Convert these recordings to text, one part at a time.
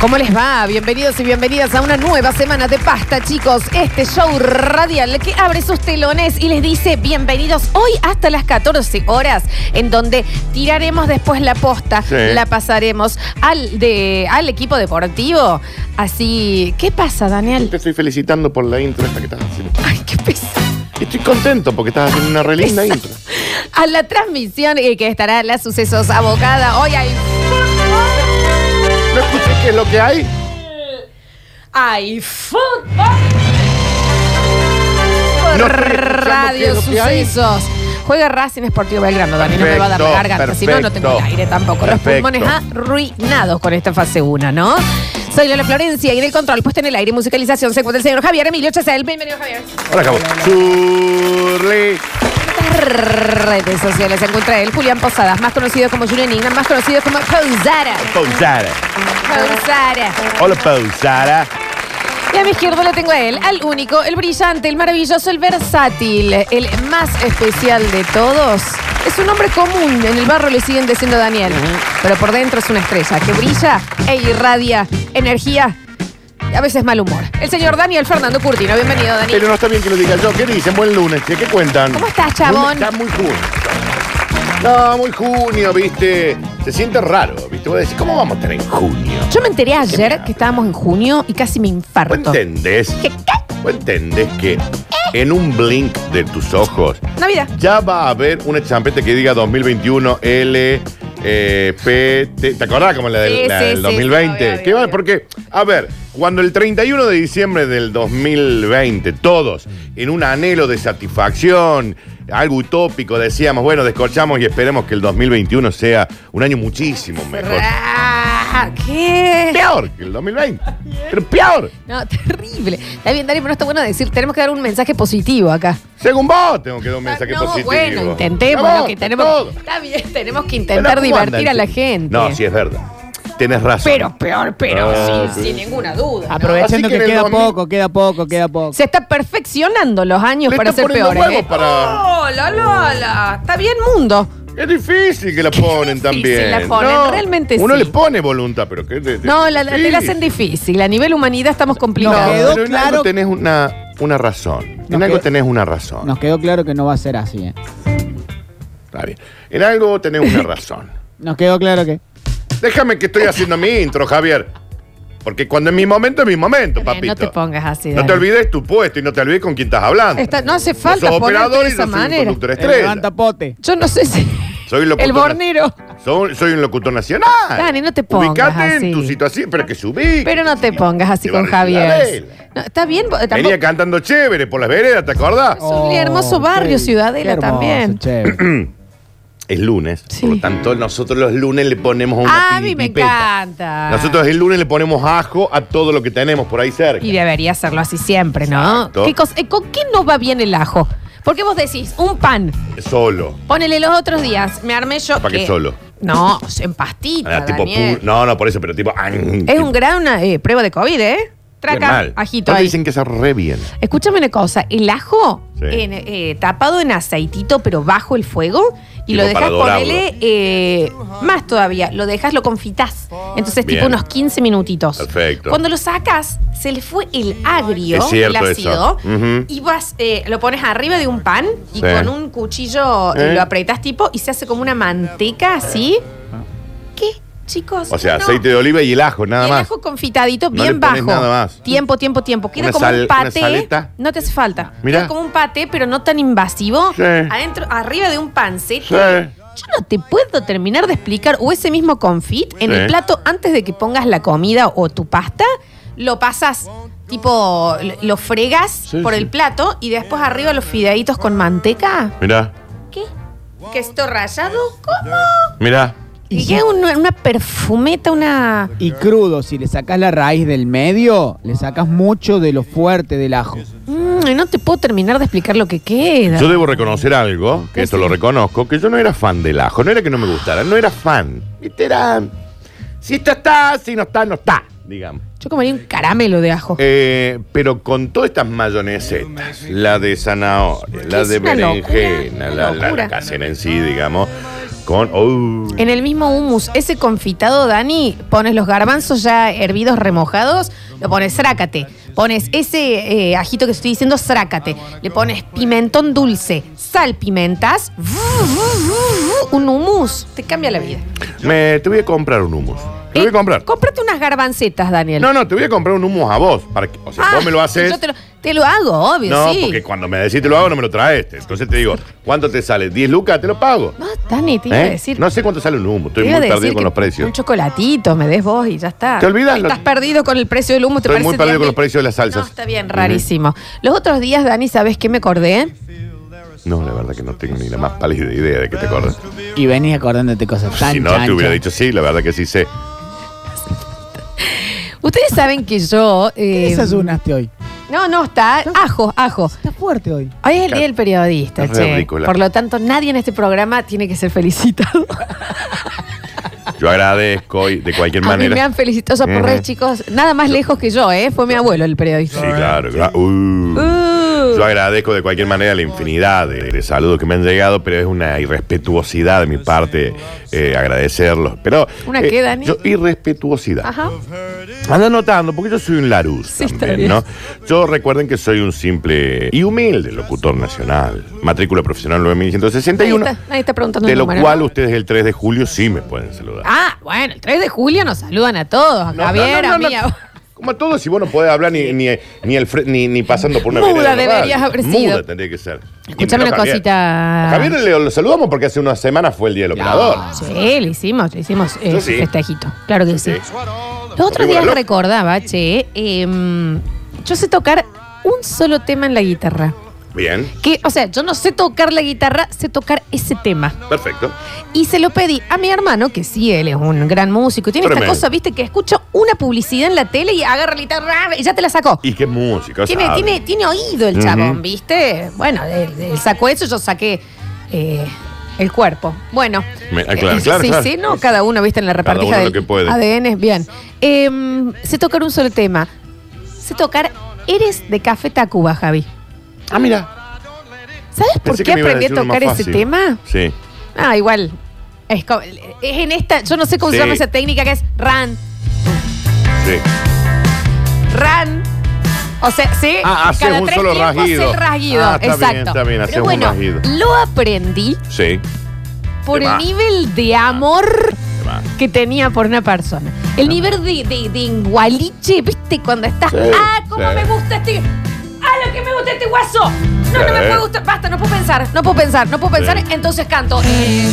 ¿Cómo les va? Bienvenidos y bienvenidas a una nueva semana de pasta, chicos. Este show radial que abre sus telones y les dice bienvenidos hoy hasta las 14 horas, en donde tiraremos después la posta, Sí. la pasaremos al, de, al equipo deportivo. Así, ¿qué pasa, Daniel? Te estoy felicitando por la intro esta que estás haciendo. Ay, qué pesado. Estoy contento porque estás haciendo una relinda intro. A la transmisión eh, que estará la sucesos abocada. Hoy hay. ¿No escuché qué es lo que hay? ¡Ay, fútbol! No estoy escuchando qué Radio es lo que hay. Sucesos. Juega Racing Esportivo Belgrano, Dani. No me va a dar la Perfecto, garganta, si no, no tengo el perfecto, aire tampoco. Los perfecto. pulmones arruinados con esta fase 1, ¿no? Soy Lola Florencia y en el control, puesta en el aire, musicalización, se encuentra el señor Javier Emilio Chesel. Bienvenido, Javier. Ahora acabo. Churli. Redes sociales se encuentra él, Julián Posadas, más conocido como Julián Igna, más conocido como Posada. Pausara. Posada. Hola, pausara. Y a mi izquierda lo tengo a él, al único, el brillante, el maravilloso, el versátil, el más especial de todos. Es un hombre común, en el barro le siguen diciendo Daniel, pero por dentro es una estrella que brilla e irradia energía y a veces mal humor. El señor Daniel Fernando Curtino, bienvenido Daniel. Pero no está bien que lo diga yo. ¿Qué dicen? Buen lunes. che. ¿Qué cuentan? ¿Cómo estás, chabón? Lunes Está muy junio. No, muy junio, viste. Se siente raro, viste. Vos decís, ¿cómo vamos a estar en junio? Yo me enteré me ayer habla? que estábamos en junio y casi me ¿Vos infarto. entendés? ¿Qué? ¿Eh? ¿Qué? ¿Vos entendés que en un blink de tus ojos Navidad. Ya va a haber una champeta que diga 2021 L. eh, P, T. ¿Te acordás como la del, Sí, la sí, del sí, 2020? obvio, obvio, ¿Qué va? obvio. Porque, a ver, cuando el 31 de diciembre del 2020, todos en un anhelo de satisfacción, algo utópico, decíamos, bueno, descorchamos y esperemos que el 2021 sea un año muchísimo mejor. Ah, ¿Qué? Peor que el 2020. Pero peor. No, terrible. Está bien, Dani, pero no está bueno decir, tenemos que dar un mensaje positivo acá. Según vos, tengo que dar un mensaje Ah, no, positivo. bueno, intentemos Vamos, lo que tenemos. todo. Está bien, tenemos que intentar Bueno, ¿cómo anda divertir a el la tipo? gente. No, sí es verdad. Tenés razón. Pero peor, pero Ah, sin, sí. sin ninguna duda. ¿no? Así Aprovechando que que, en el queda 2000 poco, queda poco, queda poco. Se está perfeccionando los años Le para está ser poniendo peores. huevos ¿eh? para- Hola, Lola. Está bien, mundo. Es difícil que la ponen también. la ponen, realmente Uno sí. le pone voluntad, pero que de- de- No, la, la- te la sí. hacen difícil. A nivel humanidad estamos No, complicados. Eh, Quedó pero en algo claro- tenés una, una razón. En Nos algo quedó- tenés una razón. Nos quedó claro que no va a ser así. ¿eh? Está bien. En algo tenés una razón. Nos quedó claro que. Déjame que estoy haciendo mi intro, Javier. Porque cuando es mi momento, es mi momento, Está bien, papito. no te pongas así. No te Dani. olvides tu puesto y no te olvides con quién estás hablando. Está- no hace Yo falta soy ponerte operador de y esa yo soy un manera. conductor El estrella. Eh, levanta pote. Yo no sé si. Soy locutor El bornero. Soy, soy un locutor nacional. Dani, no te pongas Ubicate así. en tu situación, pero que subí. Pero no te pongas así con Javier. No, está bien. vos- tampoco- Venía cantando chévere por las veredas, ¿te acordás? Es un Oh, hermoso barrio, Ciudadela también. chévere. Es lunes, Sí. por lo tanto nosotros los lunes le ponemos una Ah, A mí me pipipeta. encanta. Nosotros el lunes le ponemos ajo a todo lo que tenemos por ahí cerca. Y debería hacerlo así siempre, ¿no? Exacto. ¿Qué cosa- eh, ¿Con qué no va bien el ajo? Porque vos decís, un pan, Solo. ponele los otros días, me armé yo. ¿Para qué que- solo? No, en pastita. Ah, tipo Daniel. pu- no, no, por eso, pero tipo. Es un gran una, eh, prueba de COVID, ¿eh? Traca, ajito ahí. dicen que se re bien. Escúchame una cosa, el ajo Sí. en- eh, tapado en aceitito, pero bajo el fuego, y Tipo lo dejas para dorarlo. ponerle eh, más todavía, lo dejas, lo confitas. Entonces, Bien. tipo unos 15 minutitos. Perfecto. Cuando lo sacas, se le fue el agrio, Es cierto el ácido, eso. Ujú. y vas, eh, lo pones arriba de un pan y Sí. con un cuchillo eh, ¿Eh? lo apretas tipo y se hace como una manteca así. ¿Qué? Chicos, Ah, O sea, no. aceite de oliva y el ajo, nada Y el más. ajo confitadito, No bien le bajo. pones nada más. Tiempo, tiempo, tiempo. Queda Una como sal- un una paté. saleta. No te hace falta. Mirá. Queda como un paté, pero no tan invasivo. Sí. Adentro, arriba de un panceta. Sí. Yo no te puedo terminar de explicar. O ese mismo confit en Sí. el plato antes de que pongas la comida o tu pasta, lo pasas. Tipo, lo- lo fregas Sí, por sí. el plato y después arriba los fideitos con manteca. Mirá, ¿Qué? ¿Que esto rallado? ¿Cómo? mirá. Y queda un- una perfumeta, una. Y crudo, si le sacas la raíz del medio, le sacas mucho de lo fuerte del ajo. Mm, y no te puedo terminar de explicar lo que queda. Yo debo reconocer algo, que esto lo reconozco, que yo no era fan del ajo. No era que no me gustara, no era fan. Viste, era. Si está, está, si no está, no está, digamos. Yo comería un caramelo de ajo. Eh, pero con todas estas mayonesetas, la de zanahoria, la Es de una locura, berenjena, una la, la- la locura. casera en sí, digamos, Con. oh. En el mismo hummus, ese confitado, Dani, pones los garbanzos ya hervidos, remojados, lo pones zrácate. Pones ese eh, ajito que estoy diciendo, zrácate. Le pones pimentón dulce, sal, pimentas, un hummus. Te cambia la vida. Me, te voy a comprar un humus. Te Eh, voy a comprar. Cómprate unas garbancetas, Daniel. No, no, te voy a comprar un humus a vos. Para que, o sea, Ah, vos me lo haces. Yo te lo, te lo hago, obvio, No, sí. porque cuando me decís te lo hago, no me lo traes. Entonces te digo, ¿cuánto te sale? ¿10 lucas? Te lo pago. No, Dani, te iba a ¿Eh? decir. No sé cuánto sale un humo. te Estoy muy iba a decir perdido con que los precios. Un chocolatito me des vos y ya está. Te olvidás lo- Estás perdido con el precio del humo. ¿te Estoy muy parece bien perdido con que- los precios de las salsas. No, está bien, rarísimo. Los otros días, Dani, ¿sabes qué me acordé? No, la verdad que no tengo ni la más pálida idea de que te acordes. Y venís acordándote cosas tan Si no, te chanchas. hubiera dicho sí, la verdad que sí sé. Ustedes saben que yo. ¿Qué eh, desayunaste este hoy? no, no, está. Ajo, ajo. Está fuerte hoy. Hoy es el día del periodista, Es che. ridícula. Por lo tanto, nadie en este programa tiene que ser felicitado. Yo agradezco hoy, de cualquier A mí me manera. han felicitado por Ujú. re, chicos. Nada más lejos que yo, ¿eh? Fue mi abuelo el Sí, periodista. claro. gra- uh. Uh. Yo agradezco de cualquier manera la infinidad de, de saludos que me han llegado, pero es una irrespetuosidad de mi parte eh, agradecerlos. Pero, ¿Una eh, qué, Dani? Yo, irrespetuosidad. Ajá. Anda notando, porque yo soy un Larus Sí, está también, bien. ¿no? Yo recuerden que soy un simple y humilde locutor nacional, matrícula profesional Nadie 9161, está, nadie está preguntando de el lo número, cual ¿no? ustedes el 3 de julio sí me pueden saludar. Ah, bueno, el 3 de julio nos saludan a todos. A No, Javier, no, no, a no, mí, no. a- Como a todos, si vos no podés hablar ni, ni, ni, el fre- ni, ni pasando por una Muda vereda de la deberías radio. haber Muda sido. tendría que ser. Y Escuchame menos una Javier. cosita. A Javier le, lo saludamos porque hace unas semanas fue el día del operador. Sí, le hicimos, le hicimos eh, Yo sí. festejito. Claro que sí. Sí. Los otros Volvimos días la loca. recordaba, che, em, yo sé tocar un solo tema en la guitarra. Bien, Que, o sea, yo no sé tocar la guitarra, sé tocar ese tema. perfecto. Y se lo pedí a mi hermano, que sí, él es un gran músico. y Tiene Tremendo. esta cosa, viste, que escucha una publicidad en la tele y agarra la guitarra y ya te la sacó. ¿Y qué música? Tiene, sabe? tiene, tiene oído el Pues, ah, Ujú. chabón, ¿viste? Bueno, él, él sacó eso, yo saqué eh, el cuerpo. Bueno. Me- ah, claro, Eh, claro, sí, claro. sí, no, cada uno, ¿viste? En la Cada repartija uno lo del que puede. ADN, bien. Em, sé tocar un solo tema. Sé tocar Eres de Café Tacuba, Javi. Ah, mira. ¿Sabes por Pensé qué que me ibas a aprendí a decir uno más tocar ese fácil. tema? Sí. Ah, igual. Es, co- es en esta, yo no sé cómo Sí. se llama esa técnica que es ran, Sí. ran. O sea, sí, Ah, haces cada un tres solo tiempos rasguido. el rasguido. Ah, está bien, Exacto. está bien, haces Pero un bueno, rasguido. lo aprendí Sí. por el Tema. nivel de amor Va. que tenía por una persona. El nivel de, de, de engualiche, ¿viste? Cuando estás. Sí, ¡Ah, cómo sí. me gusta este! ¡Ah, lo que me gusta este guaso! No, no me Sí. puede gustar. Basta, no puedo pensar, no puedo pensar, no puedo pensar. Sí. Entonces canto. Eh,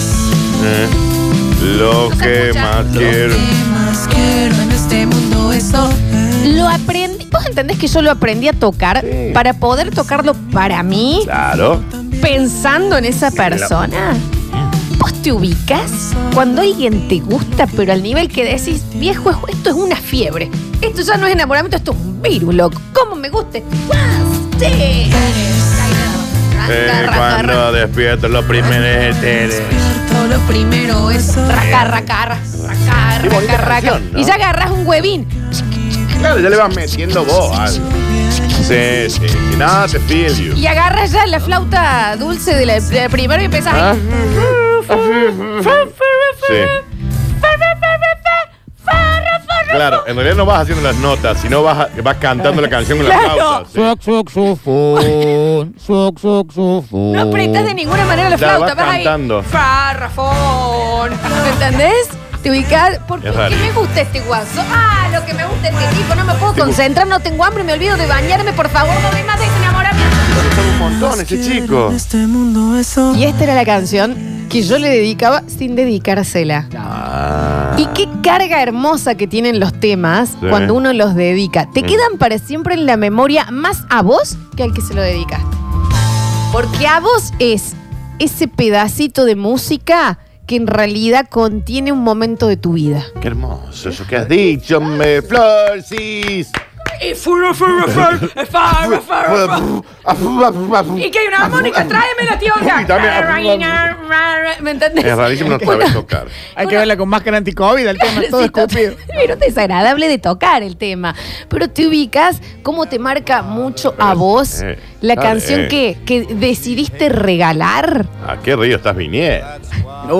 Lo No se que escucha. más Lo quiero. que más quiero en este mundo es tocar. Lo aprendí. ¿Vos entendés que yo lo aprendí a tocar Sí. para poder tocarlo para mí, Claro. pensando en esa persona? ¿Vos te ubicas cuando alguien te gusta, pero al nivel que decís, viejo, esto es una fiebre? Esto ya no es enamoramiento, esto es un virus, loco. ¿Cómo me gusta? este guas? Sí. Eh, Rasca, rasca, rasca, cuando despierto los primeros eteres. Despierto, lo primero es tocar. rasca, rasca, rasca, Qué rasca, bonita rasca. canción, ¿no? Y ya agarras un huevín. Claro, ya le vas metiendo vos. al- Sí, sí. Si nada, te feel you. Y agarras ya la flauta dulce de la, de la primera y empezás. Ah. Sí. Claro, en realidad no vas haciendo las notas, sino vas, vas cantando la canción con Claro. la pausa. sí. Soc, soxofón, soc, soxofón. No apretas de ninguna manera la Ya, flauta, vas vas cantando. ahí. Farrafón. ¿Me entendés? Te ubicás. ¿Por Es qué raro. ¿Qué me gusta este guaso? Ah, lo que me gusta este tipo. No me puedo concentrar, no tengo hambre, me olvido de bañarme. Por favor, no me mates, enamoramiento. Son un montón ese chico. En este mundo es tocar. Y esta era la canción que yo le dedicaba sin dedicársela. Y qué carga hermosa que tienen los temas Ah. Sí. cuando uno los dedica. Te quedan para siempre en la memoria más a vos que al que se lo dedicaste. Porque a vos es ese pedacito de música que en realidad contiene un momento de tu vida. Qué hermoso eso que has dicho, me florcis. Y furo, furo, furo, faro, faro, faro. Y que hay una armónica, tráemela, tío. Uy, también. ¿Me entendés? Es rarísimo no sabes tocar. Hay que verla con máscara anti-COVID, el tema todo Sí, escupido. total. Pero desagradable de tocar el tema. Pero te ubicas cómo te marca mucho a vos eh, la dale. canción que, que decidiste regalar. ¿A qué río estás viniendo?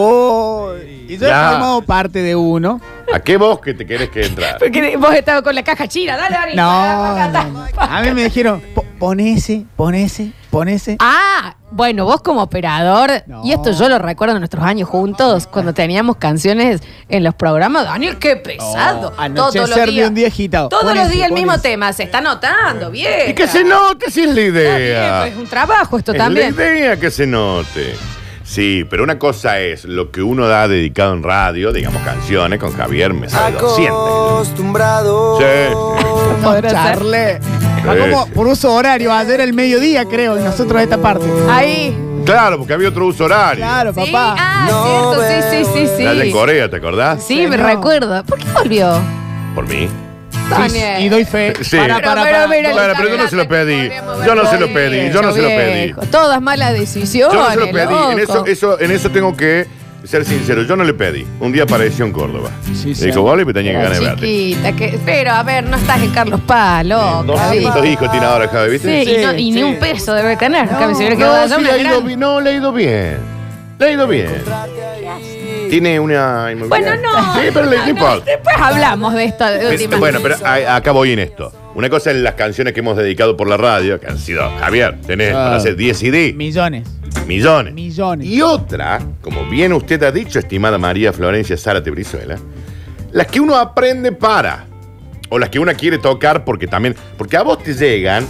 Oh, y yo he Ya. formado parte de uno. ¿A qué bosque te querés que entrar? Porque vos estabas con la caja china. Dale, Dani. No, Acá está. no, no. A mí me dijeron, "Po- pon ese, pon ese, pon ese. Ah, bueno, vos como operador, No. y esto yo lo recuerdo en nuestros años juntos, cuando teníamos canciones en los programas. Daniel, qué pesado. Oh, anochecer de un día agitado. Todos Pon los ese, días el pon mismo ese. tema. Se está notando, bien. Y que se note si es la idea. pues, Es un trabajo esto es también. la idea que se note. Sí, pero una cosa es lo que uno da dedicado en radio, digamos canciones, con Javier me sale 200. Acostumbrado. Sí. Podrá Char- hacerle. Ah, Sí. como por uso horario, ayer el mediodía creo, y nosotros esta parte. Ahí. Claro, porque había otro uso horario. Claro, Ah, Sí, papá. ah, No cierto, sí, sí, sí, sí. La de Corea, ¿te acordás? Sí, me Señor. recuerdo. ¿Por qué volvió? Por mí. Sí, Daniel. y doy fe. Sí. Para, Pero, para, pero, para. mira, Claro, pero yo no se lo pedí. Yo no se lo pedí, yo no se lo pedí. Todas malas decisiones. Yo no se lo pedí. En eso, loco. eso, en eso tengo que ser sincero. Yo no le pedí. Un día apareció en Córdoba. Sí, Me sí. Dijo, vale, pero tenía que ganar de verte. Chiquita, que, pero a ver, no estás en Carlos Paz, loco. ¿viste? 200 hijos tiene ahora, Javi, Sí, ¿viste? y, no- y ni sí. un peso debe tener. No, si hubiera No, quedado sí, yo, me le ha ido gran- bi- no, le ha ido bien. Le ha ido bien. Tiene una Bueno, inmobiliaria. no. Sí, pero no, le no, importa. Después hablamos de esto. de Pero- última. bueno, pero a- acá voy en esto. Una cosa es las canciones que hemos dedicado por la radio, que han sido, Javier, tenés Claro. para hacer 10 CD, Millones. millones. Millones. Y otra, como bien usted ha dicho, estimada María Florencia Zárate Brizuela, las que uno aprende para, o las que uno quiere tocar porque también, porque a vos te llegan,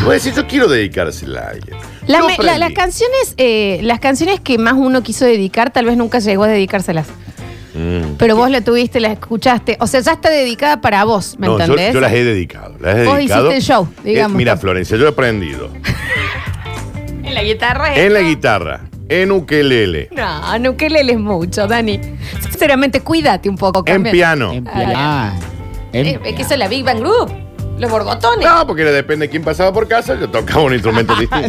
y vos decís, yo quiero dedicársela a alguien. Ah. La Yo me- la- las aprendí. canciones, eh, las canciones que más uno quiso dedicar, tal vez nunca llegó a dedicárselas. Mm. Pero vos la tuviste, la escuchaste. O sea, ya está dedicada para vos, ¿me No, yo, entendés? yo las he dedicado. Las he Vos dedicado. hiciste Eh, el show, digamos. mira, Florencia, yo he aprendido En la guitarra. en la guitarra, en ukelele, No, no que lees mucho, Dani. Sinceramente, cuídate un poco. en cambia. piano. En pilar. En Eh, Ah, es que pilar. eso es la Big Bang Group. Los borbotones. No, porque depende de quién pasaba por casa, yo tocaba un instrumento distinto.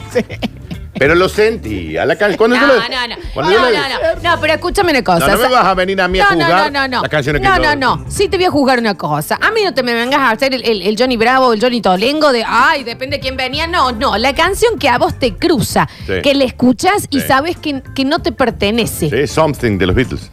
Pero lo sentí a la canción. Cuando no, yo lo- no, no. cuando no, yo lo- no, no. No, pero escúchame una cosa. No, no me O sea, vas a venir a mí a no, no, juzgar no, no, no. las canciones que No, no, yo- no. Sí te voy a juzgar una cosa. A mí no te me vengas a hacer el, el- el Johnny Bravo, el Johnny Tolengo de, ay, depende de quién venía. No, no. La canción que a vos te cruza, Sí. que la escuchás y Sí. sabes que, que no te pertenece. Sí, Something de los Beatles.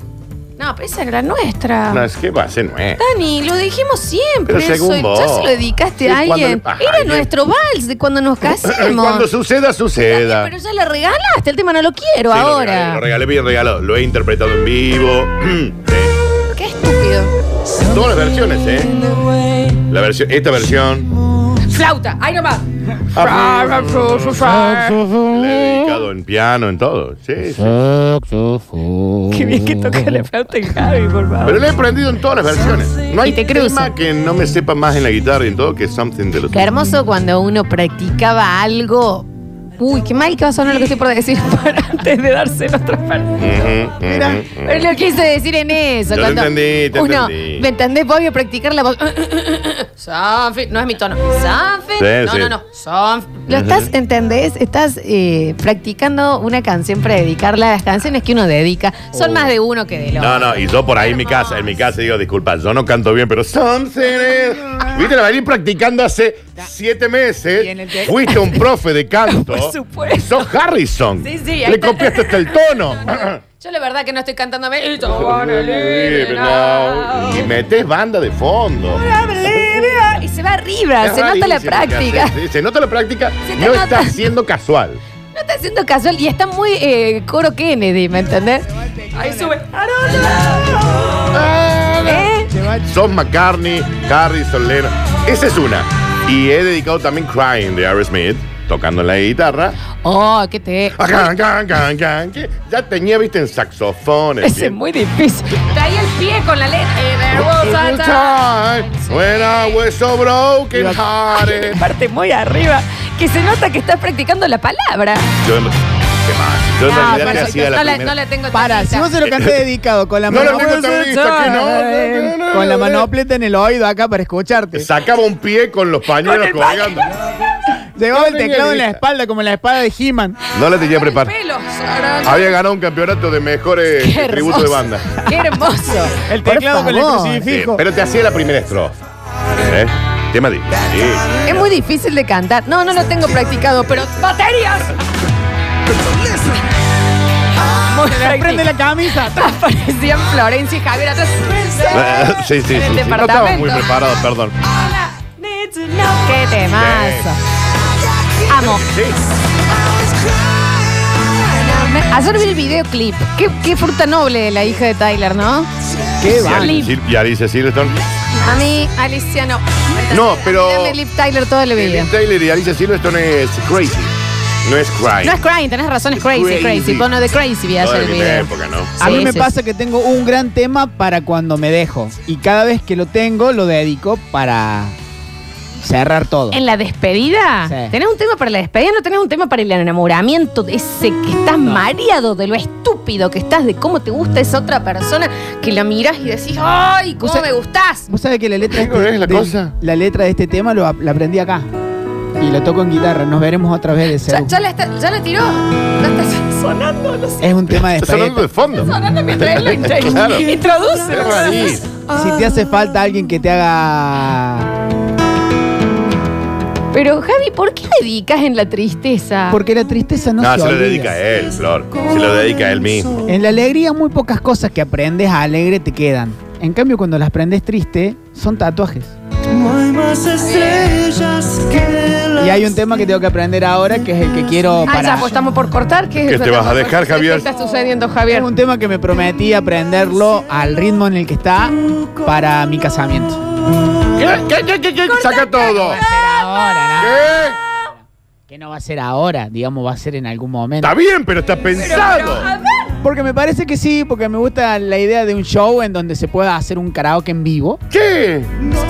No, pero esa era nuestra. No, es que va a ser nueve. Dani, lo dijimos siempre. Pero según eso, y vos. Ya se lo dedicaste Sí, a cuando alguien. le- ajá, Era bien. nuestro vals de cuando nos casamos. Cuando suceda, suceda. Pero ya le regalaste, el tema no lo quiero Sí, Lo regalé, ahora. lo regalé, bien regalado. Lo he interpretado en vivo. Sí. Qué estúpido. Todas las versiones, ¿eh? La versión, esta versión Flauta, ahí nomás. la he dedicado en piano, en todo. Sí, sí. Qué bien que toca la flauta en Javi, por favor. Pero lo he aprendido en todas las versiones. No hay Y te cruza. tema que no me sepa más en la guitarra y en todo que Something de los Qué hermoso cuando uno practicaba algo. Uy, qué mal que va a sonar lo que estoy por decir para antes de darse en otra parte. Ujú, ujú, ujú. Pero lo quise decir en eso. Yo lo cuando entendí, te uno, entendí. ¿Me entendés? Voy a practicar la voz. Something. No es mi tono. Something. Sí, no, sí. no, no. Something. ¿Lo estás, entendés? Estás eh, practicando una canción para dedicarla. Las canciones que uno dedica son más de uno que del otro. No, no, y yo por ahí en mi casa, en mi casa digo, disculpa, yo no canto bien, pero something is- Viste, la venís practicando hace siete Y en el meses. te- Fuiste un profe de canto. Por supuesto. Sos Harrison. Sí, sí, ahí Le está. copiaste hasta el tono. Yo la verdad que no estoy cantando. bien. y metes banda de fondo. Y se va arriba, Es se nota la rarísimo lo que práctica. haces, sí, Se nota la práctica, Se te no nota. está siendo casual. No está siendo casual y está muy eh, coro Kennedy, ¿me entendés? Ahí sube. ¿Eh? Sos McCartney, Harrison, Lennon. Esa es una. Y he dedicado también Crying de Aerosmith, tocando la guitarra. Oh, qué te. Acá, acá, acá, acá, acá. Ya tenía, viste, en saxofón. en Ese es fin. muy difícil. Traía el pie con la letra. Eh, there was a Every time. time When I was so broken Hay hearted. una parte muy arriba que se nota que estás practicando la palabra. Yo en, ¿qué más? Yo en No, realidad para, te hacía la Ah, no, la, primera. no la tengo Para, tan si vos se lo canté dedicado con la No lo mano- tengo tan listo, que no, no, no, Con la no, no. manopleta en el oído acá para escucharte. Sacaba un pie con los pañuelos colgando. Llevaba el No tenía teclado en la lista. espalda como la espada de He-Man. No la tenía preparada. Pelo. Había ganado un campeonato de mejores Qué tributos de hermoso. banda. Qué hermoso. El Por teclado con el favor. Sí, crucifijo. pero te hacía la primera estrofa. ¿Eh? Tema de. Sí. Es muy difícil de cantar. No, no lo tengo practicado, pero baterías. Muy Se le práctico. prende la camisa. Aparecían Florencia y Javier atrás. sí, sí, sí. En el sí. No estaba departamento. muy preparado, perdón. Qué temazo. Amo. Sí. Ayer vi el videoclip. Qué, qué fruta noble de la hija de Tyler, ¿no? Qué Y, va. Vale. Alicia, y Alicia Silverstone. A mí, Alicia no. No, pero- Dame Lip Tyler toda la vida. Liv Tyler y Alicia Silverstone es crazy. No es crazy. No es crying, tenés razón, es crazy, crazy. Crazy. Bono de crazy vi No ayer de el mi video. época, ¿no? A Sí, mí me sí, pasa que tengo un gran tema para cuando me dejo. Y cada vez que lo tengo, lo dedico para cerrar todo. ¿En la despedida? Sí. ¿Tenés un tema para la despedida? ¿No tenés un tema para el enamoramiento? Ese que estás mareado de lo estúpido que estás, de cómo te gusta esa otra persona, que la mirás y decís, ¡ay, cómo O sea- me gustás! ¿Vos sabés que la letra, de Digo, este- ¿es la de- cosa? la letra de este tema lo, ap- la aprendí acá? Y lo toco en guitarra. Nos veremos otra vez de Ya, cero. ya la, está- ya la tiró. No está sonando, no sé. Es un tema de Está sonando de despedida. fondo. Sonando mientras él lo introduce. Claro. Introduce. Es rarísimo. Si te hace falta alguien que te haga... Pero Javi, ¿por qué dedicas en la tristeza? Porque la tristeza no, No, se, lo se, olvida. dedica a él, Flor. Se lo dedica a él mismo. En la alegría muy pocas cosas que aprendes a alegre te quedan. En cambio, cuando las aprendes triste, son tatuajes. No hay más estrellas que Y hay un tema que tengo que aprender ahora, que es el que quiero Ah, para... ya, pues estamos por cortar. ¿Qué, es ¿Qué eso? te vas a dejar, ¿Qué Javier? está sucediendo, Javier? Es un tema que me prometí aprenderlo al ritmo en el que está para mi casamiento. ¿Qué? ¿Qué? ¿Qué? ¿Qué? Saca todo. ahora, ¿Qué? Que no va a ser ahora, digamos, va a ser en algún momento. Está bien, pero está pensado. Porque me parece que sí, porque me gusta la idea de un show en donde se pueda hacer un karaoke en vivo. ¿Qué?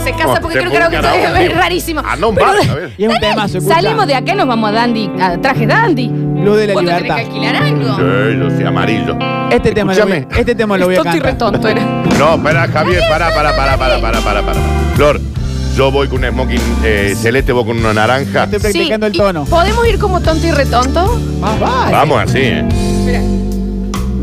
Se casa porque Te creo, creo que buscan a es un tipo. rarísimo. Ah, no, Pero- basta, a ver. Y es un tema, se escucha. Salimos de acá y nos vamos a Dandy, a traje Dandy. Luz de la Vos te tenés libertad. que alquilar algo. Sí, yo soy amarillo. Este tema, lo voy, a- Escúchame. este tema lo voy a Tonto y cantar. retonto era. No, para Javier, para, para, para, para, para, para, para. Flor, yo voy con un smoking eh, celeste, vos con una naranja. Estoy practicando el y tono. ¿Podemos ir como tonto y retonto? Más vale. Vamos así, ¿eh?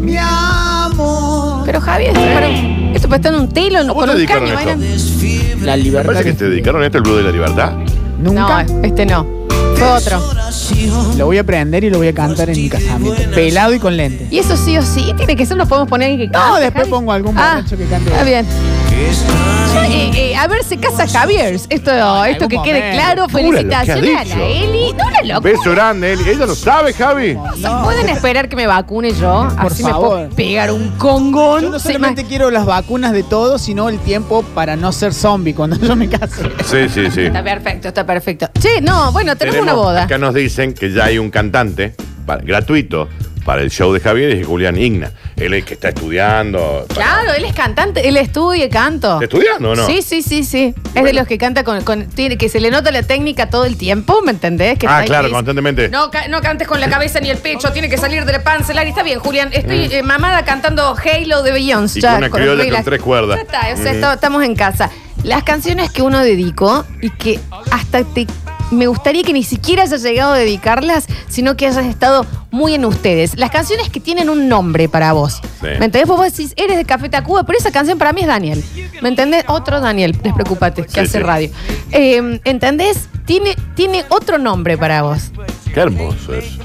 Mi amor Pero Javier, esto para un- esto para estar en un telo, ¿A no, vos con te un dedicaron caño. esto? eran- La Me libertad. parece que que- te dedicaron esto el Blue de la Libertad. No, Nunca. este no. Fue otro. Lo voy a aprender y lo voy a cantar en mi casamiento. Pelado y con lente. Y eso sí o sí, tiene que ser, nos podemos poner en que No, después pongo algún Ah, borracho que cante. Está bien. Eh, eh, a ver, se casa Javier. Esto, esto algún que quede momento. claro. Locura lo que ha Felicitaciones a la dicho. Eli. No, una locura. Beso grande, él. Ella lo sabe, Javi. No, ¿Pueden esperar que me vacune yo? Por Así me favor. puedo pegar un congón. Yo no Se solamente quiero las vacunas de todo, sino el tiempo para no ser zombie cuando yo me case. Sí, sí, sí. Está perfecto, está perfecto. Che, no, bueno, tenemos, una boda. Acá nos dicen que ya hay un cantante para- gratuito para el show de Javier y es Julián Igna. Él es el que está estudiando. Claro, él es cantante, él estudia y canto. ¿Está estudiando o no? Sí, sí, sí, sí. Es Bueno. de los que canta con, con- tiene, que se le nota la técnica todo el tiempo, ¿me entendés? Que Ah, está ahí claro, que dice, constantemente. No, ca- no cantes con la cabeza ni el pecho, tiene que salir de la panza. Lari, está bien, Julián. Estoy eh, mamada cantando Halo de Beyoncé. Mm. Y ya, con una criolla con relax. tres cuerdas. Mm. Ya está, o sea, esto- estamos en casa. Las canciones que uno dedicó y que hasta te. Me gustaría que ni siquiera hayas llegado a dedicarlas, sino que hayas estado muy en ustedes. Las canciones que tienen un nombre para vos. Sí. ¿Me entendés? Vos decís, eres de Café Tacuba, pero esa canción para mí es Daniel. ¿Me entendés? Otro Daniel, despreocupate, que Sí, hace sí. radio. Eh, ¿Entendés? Tiene, tiene otro nombre para vos. Qué hermoso eso.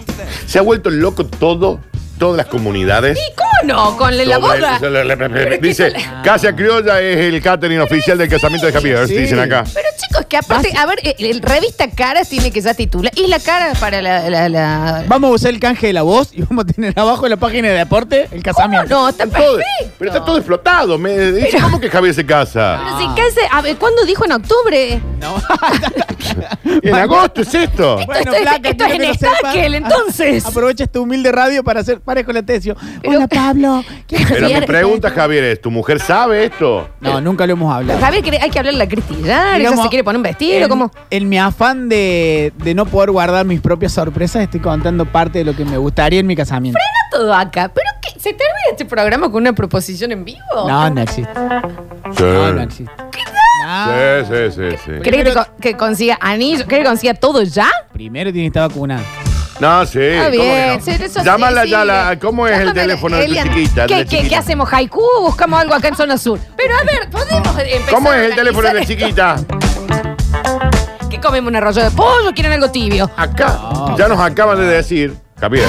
Se ha vuelto loco todo, todas las comunidades. ¡Icono! Con la, la Sobre- boda. Dice, Casia Criolla es el catering oficial del casamiento de Happy Earth, Sí. dicen acá. Pero chicos, que Ah, aparte, a ver, el, el revista Caras tiene que ya titular. Y la cara para la. la, la- Vamos a usar el canje de la voz y vamos a tener abajo en la página de deporte el No, casamiento. no, está Todo- perfecto. pero está todo explotado. Me dice, ¿cómo que Javier se casa? Pero si casa, a ver, ¿cuándo dijo en octubre? En agosto es esto. esto es- esto es quiero en que lo Ah, Starkel, sepas. entonces. Aprovecha este humilde radio para hacer pares con la tesio. Pero- Hola, Pablo. ¿Qué- Pero mi Javier. pregunta, Javier, es, ¿tu mujer sabe esto? No, nunca lo hemos hablado. Javier, quiere- hay que hablarle a Cristi ya, ella Digamos, se quiere poner un vestido, en, como. en mi afán de, de no poder guardar mis propias sorpresas, estoy contando parte de lo que me gustaría en mi casamiento. Está todo acá. ¿Pero qué? ¿Se termina este programa con una proposición en vivo? No, no existe. Sí. No, no existe. No. Sí, sí, sí, sí. ¿Querés que, te co- que consiga anillo? ¿Querés que consiga todo ya? Primero tiene que estar vacunada. No, sí. Está ¿cómo que bien. no? sí, eso sí, Llámala sí. ya, la, ¿cómo es el Llámala, teléfono de tu Elian. chiquita? de ¿Qué, la qué- chiquita? qué hacemos? ¿Haiku? ¿Buscamos algo acá en zona sur? Pero a ver, podemos empezar. ¿Cómo a es el teléfono de la organizar esto? chiquita? ¿Qué comemos? ¿Un arroyo de pollo? ¿Quieren algo tibio? Acá, ya nos acaban de decir, Javier,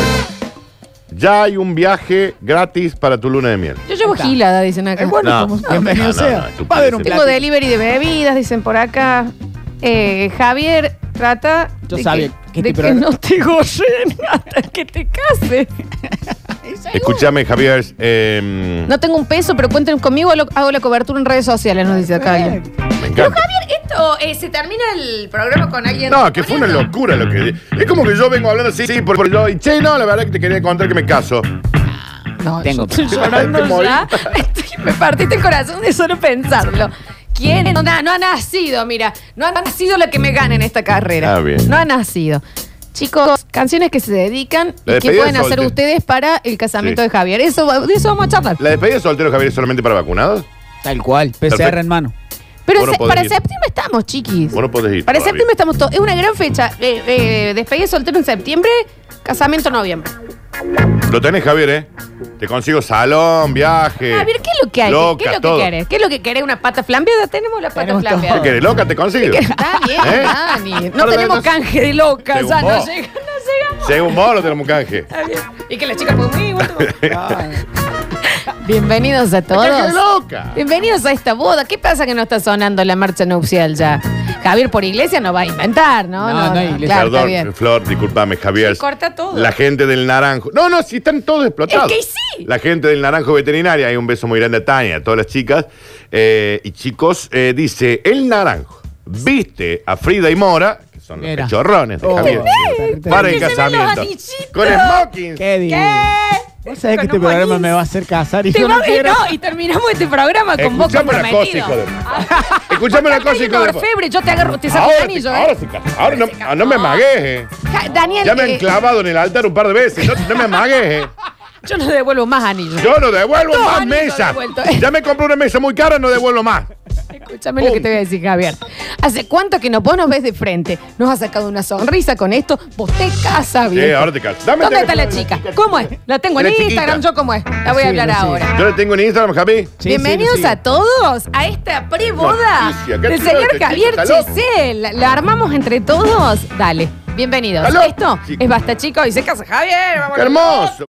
Ya hay un viaje gratis para tu luna de miel. Yo llevo Está. gilada, dicen acá. Ah, Eh, bueno, No, como- no, bienvenido no, no, sea. no, tú Va a haber un puedes Tengo plato. delivery de bebidas, dicen por acá. Eh, Javier, trata Yo de, sabía que, que de este que programa- no te gocen hasta que te cases. Escúchame, Javier. eh, No tengo un peso, pero cuenten conmigo, lo- hago la cobertura en redes sociales, nos dice acá alguien. me encanta. Esto, eh, se termina el programa con alguien. No, que fue una locura lo que. Es como que yo vengo hablando así, sí, por por- yo. Y che, no, la verdad que te quería contar que me caso. No, Tengo yo estoy problema. llorando Te morí. ya. Estoy- me partiste el corazón de solo pensarlo. ¿Quién? No, na- no ha nacido, mira. No ha nacido la que me gane en esta carrera. Ah, bien. No ha nacido. Chicos, canciones que se dedican La y que despedida pueden de hacer soltero. ustedes para el casamiento Sí. de Javier. Eso, va- de eso vamos a charlar. ¿La despedida de soltero, Javier, es solamente para vacunados? Tal cual, PCR Perfecto. en mano. Pero Vos no se- podés para ir. septiembre estamos, chiquis. Vos no podés ir Para todavía. septiembre estamos todos. Es una gran fecha. Eh, eh, despedida de soltero en septiembre, casamiento en noviembre. Lo tenés, Javier, ¿eh? Te consigo salón, viaje. Javier, ¿qué es lo que hay? Loca, ¿Qué es lo todo. que querés? ¿Qué es lo que querés? ¿Una pata flambeada? Tenemos la pata Tenemos todo. flambeada. ¿Qué querés? Loca, te consigo. Está bien, ¿Eh? Dani. No Ahora tenemos no- canje de loca, Según ya no vos. llega, no llegamos. Según vos, lo tenemos canje. Está bien. Y que la chica fue muy bueno. Bienvenidos a ¡Canje de todos. loca! Bienvenidos a esta boda. ¿Qué pasa que no está sonando la marcha nupcial ya? Javier por iglesia no va a inventar, ¿no? No, no hay iglesia. Claro, está Perdón, bien. Flor, discúlpame, Javier. Sí, corta todo. La gente del naranjo. No, no, sí, están todos explotados. Es que sí. La gente del naranjo veterinaria, hay un beso muy grande a Tania, a todas las chicas eh, y chicos. eh, dice, el naranjo viste a Frida y Mora, que son los Mira. chorrones de Oh. Javier, ¿Entendés? para el Que se ven casamiento. los anillitos. Con smokings. Qué ¿Qué? divino. ¿Vos sabés que Con este un programa bonis. me va a hacer casar y Te yo va- no quiero? no, y terminamos este programa con vos Escuchame una cosa, comprometido. hijo de- Ah. Escuchame una Acá cosa, hay hijo un de- orfebre, yo te agarro, te saco Ahora, el te- anillo, ahora ¿eh? sí, Carlos. ahora no, ah, no me amagues, eh. Ja- Daniel, Ya me eh, han clavado en el altar un par de veces. No, no me amagues, eh. yo no devuelvo más anillos. Yo no devuelvo Todo más anillo mesas. devuelto, eh. Ya me compré una mesa muy cara, no devuelvo más. Escúchame lo que Pum. te voy a decir, Javier. ¿Hace cuánto que no, vos nos ves de frente? Nos has sacado una sonrisa con esto. Vos te casas, bien. Sí, ahora te casas. Dame el ¿Dónde está teléfono la de la chica? chica. ¿Cómo es? La tengo en Era chiquita. Instagram, yo cómo es. La voy a Sí, hablar sí, sí. ahora. Yo le tengo en Instagram, Javi. Sí, Bienvenidos sí, lo a sigo. todos a esta preboda Noticia, qué del chido señor este chico, Javier está loco. Chesel. La, la armamos entre todos. Dale, bienvenidos. Está loco, Esto chico. es Basta, chicos. Y se casa Javier. Vamos ¡Qué hermoso!